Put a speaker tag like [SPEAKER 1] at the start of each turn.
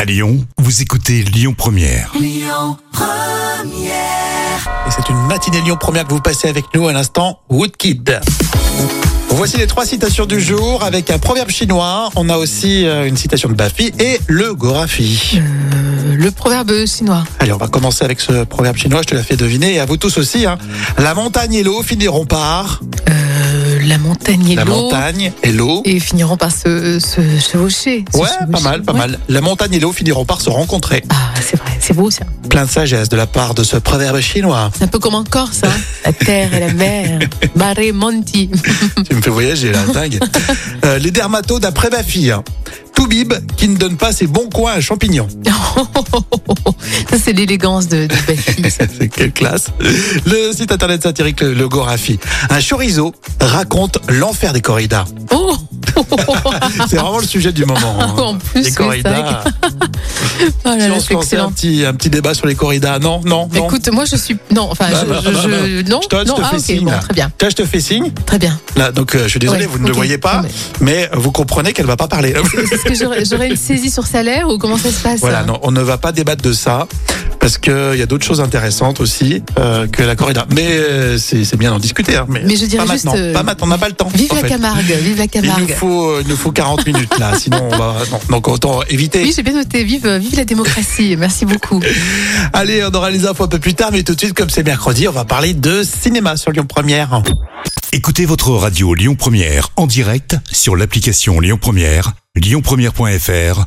[SPEAKER 1] À Lyon, vous écoutez Lyon Première.
[SPEAKER 2] Et c'est une matinée Lyon première que vous passez avec nous à l'instant, Woodkid. Voici les trois citations du jour avec un proverbe chinois. On a aussi euh, une citation de Bafi et le Gorafi.
[SPEAKER 3] Euh, le proverbe chinois.
[SPEAKER 2] Allez, on va commencer avec ce proverbe chinois. Je te l'ai fait deviner et à vous tous aussi. hein. La montagne et l'eau finiront par
[SPEAKER 3] Euh, la montagne et
[SPEAKER 2] la
[SPEAKER 3] l'eau.
[SPEAKER 2] montagne et l'eau.
[SPEAKER 3] Et finiront par se, se chevaucher. se
[SPEAKER 2] Ouais, pas
[SPEAKER 3] chevaucher.
[SPEAKER 2] mal, pas
[SPEAKER 3] Ouais.
[SPEAKER 2] mal. La montagne et l'eau finiront par se rencontrer.
[SPEAKER 3] Ah, c'est vrai, c'est beau ça.
[SPEAKER 2] Plein de sagesse de la part de ce proverbe chinois.
[SPEAKER 3] C'est un peu comme en Corse, hein. la terre et la mer. Barré Monti.
[SPEAKER 2] Tu me fais voyager là, dingue. Euh, les dermatos d'après Bafi. hein. Toubib qui ne donne pas ses bons coins à champignons.
[SPEAKER 3] ça, c'est l'élégance de, de Bafi, ça.
[SPEAKER 2] C'est Quelle classe Le site internet satirique Le, Le Gorafi. Un chorizo raconte l'enfer des corridas.
[SPEAKER 3] Oh
[SPEAKER 2] C'est vraiment le sujet du moment. hein.
[SPEAKER 3] En plus,
[SPEAKER 2] les
[SPEAKER 3] oui, c'est
[SPEAKER 2] corridas.
[SPEAKER 3] Oh là
[SPEAKER 2] Si
[SPEAKER 3] là,
[SPEAKER 2] on se lançait
[SPEAKER 3] c'est
[SPEAKER 2] un
[SPEAKER 3] excellent.
[SPEAKER 2] petit, un petit débat sur les corridas, non, non, non.
[SPEAKER 3] Écoute, moi je suis. Non, enfin,
[SPEAKER 2] Bah,
[SPEAKER 3] je.
[SPEAKER 2] bah,
[SPEAKER 3] je-
[SPEAKER 2] bah,
[SPEAKER 3] je-
[SPEAKER 2] bah.
[SPEAKER 3] Non,
[SPEAKER 2] Je te- je
[SPEAKER 3] non,
[SPEAKER 2] te
[SPEAKER 3] ah,
[SPEAKER 2] fais
[SPEAKER 3] ok,
[SPEAKER 2] signe,
[SPEAKER 3] bon,
[SPEAKER 2] là.
[SPEAKER 3] très bien,
[SPEAKER 2] Tiens, je te fais signe.
[SPEAKER 3] très bien.
[SPEAKER 2] Là, donc, euh, je suis désolé,
[SPEAKER 3] Ouais,
[SPEAKER 2] vous ne le
[SPEAKER 3] ok.
[SPEAKER 2] voyez pas,
[SPEAKER 3] Non,
[SPEAKER 2] mais vous comprenez qu'elle va pas parler.
[SPEAKER 3] Est-ce que j'aurais j'aurais une saisie sur salaire ou comment ça se passe
[SPEAKER 2] Voilà,
[SPEAKER 3] hein
[SPEAKER 2] non, on ne va pas débattre de ça parce qu'il y a d'autres choses intéressantes aussi euh, que la corrida. Mais euh, c'est c'est bien d'en discuter. hein, mais,
[SPEAKER 3] Mais je dirais
[SPEAKER 2] pas
[SPEAKER 3] juste,
[SPEAKER 2] maintenant.
[SPEAKER 3] euh,
[SPEAKER 2] Pas maintenant, on n'a pas le temps.
[SPEAKER 3] Vive
[SPEAKER 2] en
[SPEAKER 3] la
[SPEAKER 2] fait.
[SPEAKER 3] Camargue, vive la
[SPEAKER 2] Il nous
[SPEAKER 3] Camargue.
[SPEAKER 2] faut, euh, il nous faut 40 minutes là, sinon on va. non, donc autant éviter.
[SPEAKER 3] Oui, j'ai bien noté. Vive, vive la démocratie. Merci beaucoup.
[SPEAKER 2] Allez, on aura les infos un peu plus tard, mais tout de suite, comme c'est mercredi, on va parler de cinéma sur Lyon Première.
[SPEAKER 1] Écoutez votre radio Lyon Première en direct sur l'application Lyon Première, lyonpremière.fr